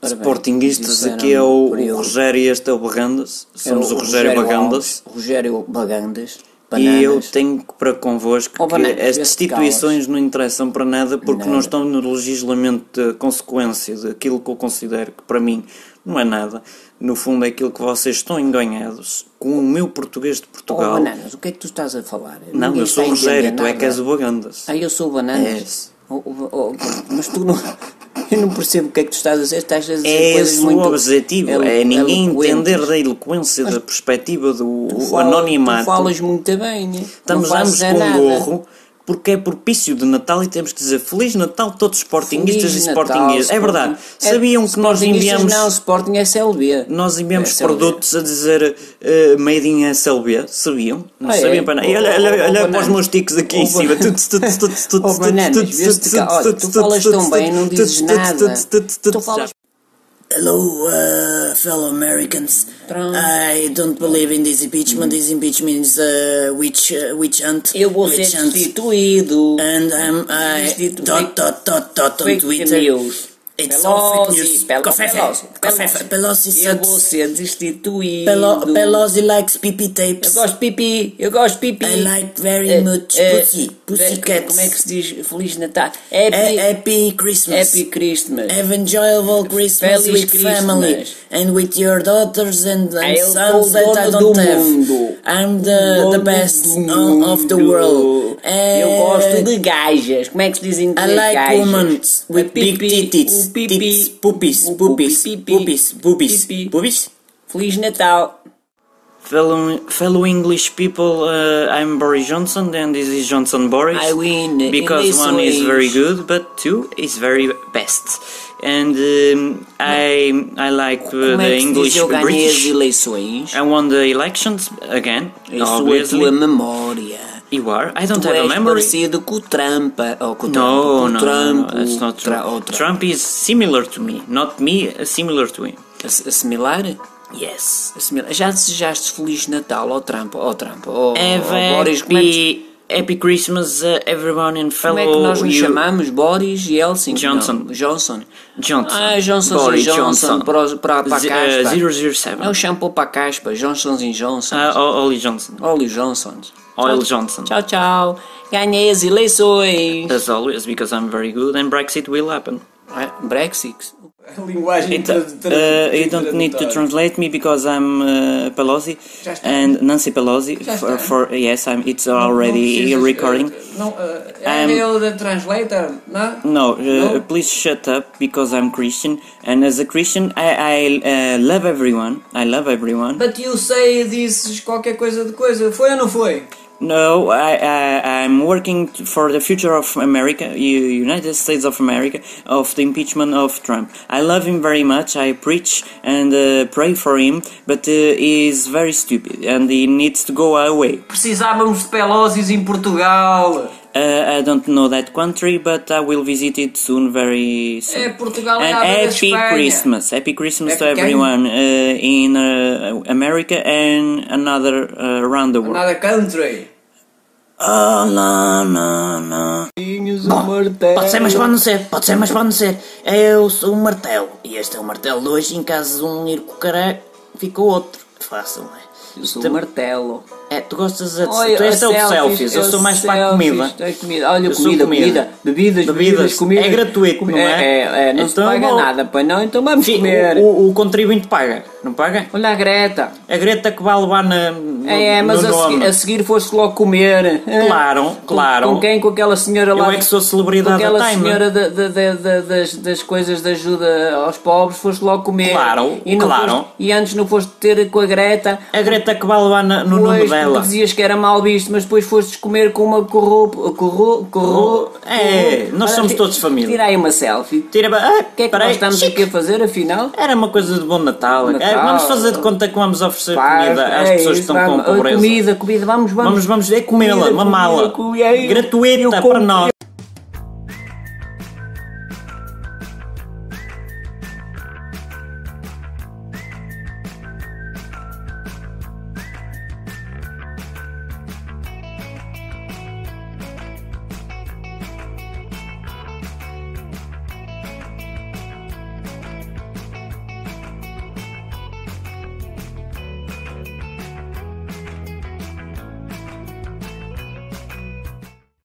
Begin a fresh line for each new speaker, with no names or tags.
Parabéns.
Sportinguistas,
Disseram
aqui é o,
por ele.
o Rogério e este é o Bagandas.
Era
Somos o, Rogério, Bagandas.
Alves, Rogério Bagandas.
E eu
Bananas.
tenho para convosco
Oh,
que
bananas,
as
vê-se
destituições não interessam para nada porque não
Nada.
estão no legislamento de consequência daquilo que eu considero que para mim não é nada. No fundo é aquilo que vocês estão enganhados com o meu português de
Oh,
Portugal.
Bananas, o que é que tu estás a falar?
não, eu sou o Rogério, tu é que és o Bagandas.
Ah, eu sou o Bananas?
És.
Oh, oh, oh, mas tu não... Eu não percebo o que é que tu estás a dizer. Estás a dizer
É
coisas
esse o
muito
objetivo,
elo-
é ninguém
eloquentes.
entender da eloquência, da perspectiva do
Tu
o
fala-
anonimato.
Tu falas muito bem, né?
Estamos
Não
ambos
fazes é
com um
nada.
gorro porque é propício de Natal e temos que dizer Feliz Natal a todos os Sportinguistas e
Feliz Natal,
Sportinguistas. É verdade.
Sporting. É,
Sabiam que nós
Sportingistas
enviamos,
Não, Sporting é SLB.
nós enviamos
É,
produtos a dizer eh, Made in SLB? Sabiam? Não
Ah, é?
sabiam para nada. E
Oh,
olha, olha,
oh, oh,
olha para os
bananas.
meus ticos aqui em
Oh,
cima.
bananas.
Tuts, tuts, tuts, tuts,
Oh,
tuts,
bananas,
tuts,
vês-te
tuts,
cá.
tuts,
Olha,
tuts,
tu falas
tuts,
tão bem,
tuts,
não dizes
tuts, tuts,
nada.
tuts, tuts,
Tu
tuts.
falas-
Hello, uh, fellow Americans.
Trump. Mm.
I don't believe in this impeachment. This impeachment is uh, witch, uh, witch hunt.
Eu vou ser
witch hunt.
destituído.
And I'm I
Destituído.
dot dot dot dot on
Fake
Twitter.
news.
It's all fake news.
Pel-
Covfefe.
Pelosi,
Covfefe. Pelosi
Eu vou
sucks.
ser destituído.
Pelo- Pelosi likes PP
Eu
tapes.
gosto de pipi, eu gosto de pipi.
I like very
Eh,
much
eh,
pussy. Eh,
ve-
Pussycats.
Como é que se diz? Feliz Natal. Happy,
A- happy Christmas.
happy Christmas.
Have enjoyable Christmas
Feliz
with
Christmas.
family and with your daughters and, and
Eu
sons
sou o
that I
dono
don't
do
have.
mundo.
I'm the, the
Dono
best
do
o- of the
mundo.
world.
Eu
Eh,
gosto de gajas. Como é que se diz em
I
inglês?
like
gajas?
women
A
with big
pipi,
titties,
o pipi.
tits, poopies,
O
poopies,
pipi,
poopies, poopies,
pipi.
poopies.
Feliz Natal.
Fellow, fellow English people, uh, I'm Boris Johnson, and this is Johnson Boris.
I win in
because
this
one is
race.
very good, but two is very best. And um, I I like uh,
Como é
the
que se diz
English
eu ganhei as
British.
eleições?
I won the elections again.
Isso é a tua
obviously,
memória.
you are. I don't
Tu
have a
és
memory.
parecido com o Trump. ah, Ou com o
No,
Trump.
no,
com o
no, no,
Trump,
that's not true.
Tra- ou Trump.
Trump is similar to me, not me uh, similar to him.
Ass- Assimilar?
Yes.
Assimila- Já desejaste Feliz Natal ao Trump, ao Trump, ao,
Have
ao
a
Boris, como é, que,
happy, Oh, happy Christmas, uh, everyone, and
como
fellow
é que nós nos
you.
chamamos? Boris Yeltsin?
Johnson.
Não, Johnson.
Johnson.
Ah, Johnson
Boris
Johnson,
Johnson.
para, os- para, para a
Z-
caspa.
uh, 007.
É o shampoo para a caspa, Johnson Johnson.
Ah, O- Ollie Johnson.
Ollie Johnson.
Oil Johnson.
Tchau, tchau. Ganhei as eleições.
As always, because I'm very good and Brexit will happen.
É.
Ah, Brexit. Então.
linguagem
It, uh, you don't need to translate me because I'm uh, Pelosi
Já está.
and Nancy Pelosi.
Já
For,
está.
for yes, I'm. It's already recording.
Não,
é Um,
eu da translator, não?
No, uh,
No.
please shut up because I'm Christian and as a Christian, I, I uh, love everyone. I love everyone.
But you say dizes qualquer coisa de coisa. Foi ou não foi?
No, I, I I'm working t- for the future of America, U- United States of America, of the impeachment of Trump. I love him very much. I preach and uh, pray for him, but uh, he's very stupid and he needs to go away.
Precisávamos de Pelósis em Portugal.
Uh, I don't know that country, but I will visit it soon, very soon.
É, Portugal é
and
a aba da
happy
Espanha.
Christmas, happy Christmas
É
to
que quem-
everyone uh, in uh, America and another uh, around the world.
Nada country.
Oh, no, no, no.
um
Pode ser, mas pode não ser. Pode ser, mas pode não ser. Eu sou um martelo. E este é o martelo de hoje. Em caso de um ir com o caralho, fica o outro. Fácil, não é?
Eu sou o martelo.
É, tu gostas de.
Olha,
tu és
é
selfies, selfies, eu sou mais para a comida.
selfies, é comida. Olha,
Eu sou
comida,
comida.
comida, bebidas, bebidas,
Bebidas.
comida.
É gratuito,
Comi-
não é?
É, é, não se
Então
paga
vou-
nada, pois não, então vamos
Fi-
comer.
o, o- o contribuinte paga, não paga?
Olha a Greta.
A Greta que vai levar na, no,
É, é,
no
mas a,
nome.
segui- a seguir foste logo comer. É.
Claro,
Com-
claro.
Com, quem? Com aquela senhora lá.
Eu é que sou celebridade
com aquela
da Time.
senhora da- da- da- da- das, das coisas de ajuda aos pobres, foste logo comer.
Claro,
e não
claro.
foste- e antes não foste ter com a Greta.
A Greta que vai levar na- no nome
Pois, porque
dela.
dizias que era mal visto, mas depois fostes comer com uma corrupto. Corru, corru,
É, nós somos todos família.
Tira aí uma selfie.
Tira. Ah,
O que é que nós estamos aqui a fazer, afinal?
Era uma coisa de bom Natal.
Natal.
É, vamos fazer de conta que vamos oferecer
Paz,
comida às
é
pessoas
isso,
que estão
vamos,
com pobreza.
Comida, comida, vamos, vamos.
Vamos, vamos, é comê-la,
Comida,
mamá-la.
comida, comida, eu-
Gratuita
eu
para
compro-
nós.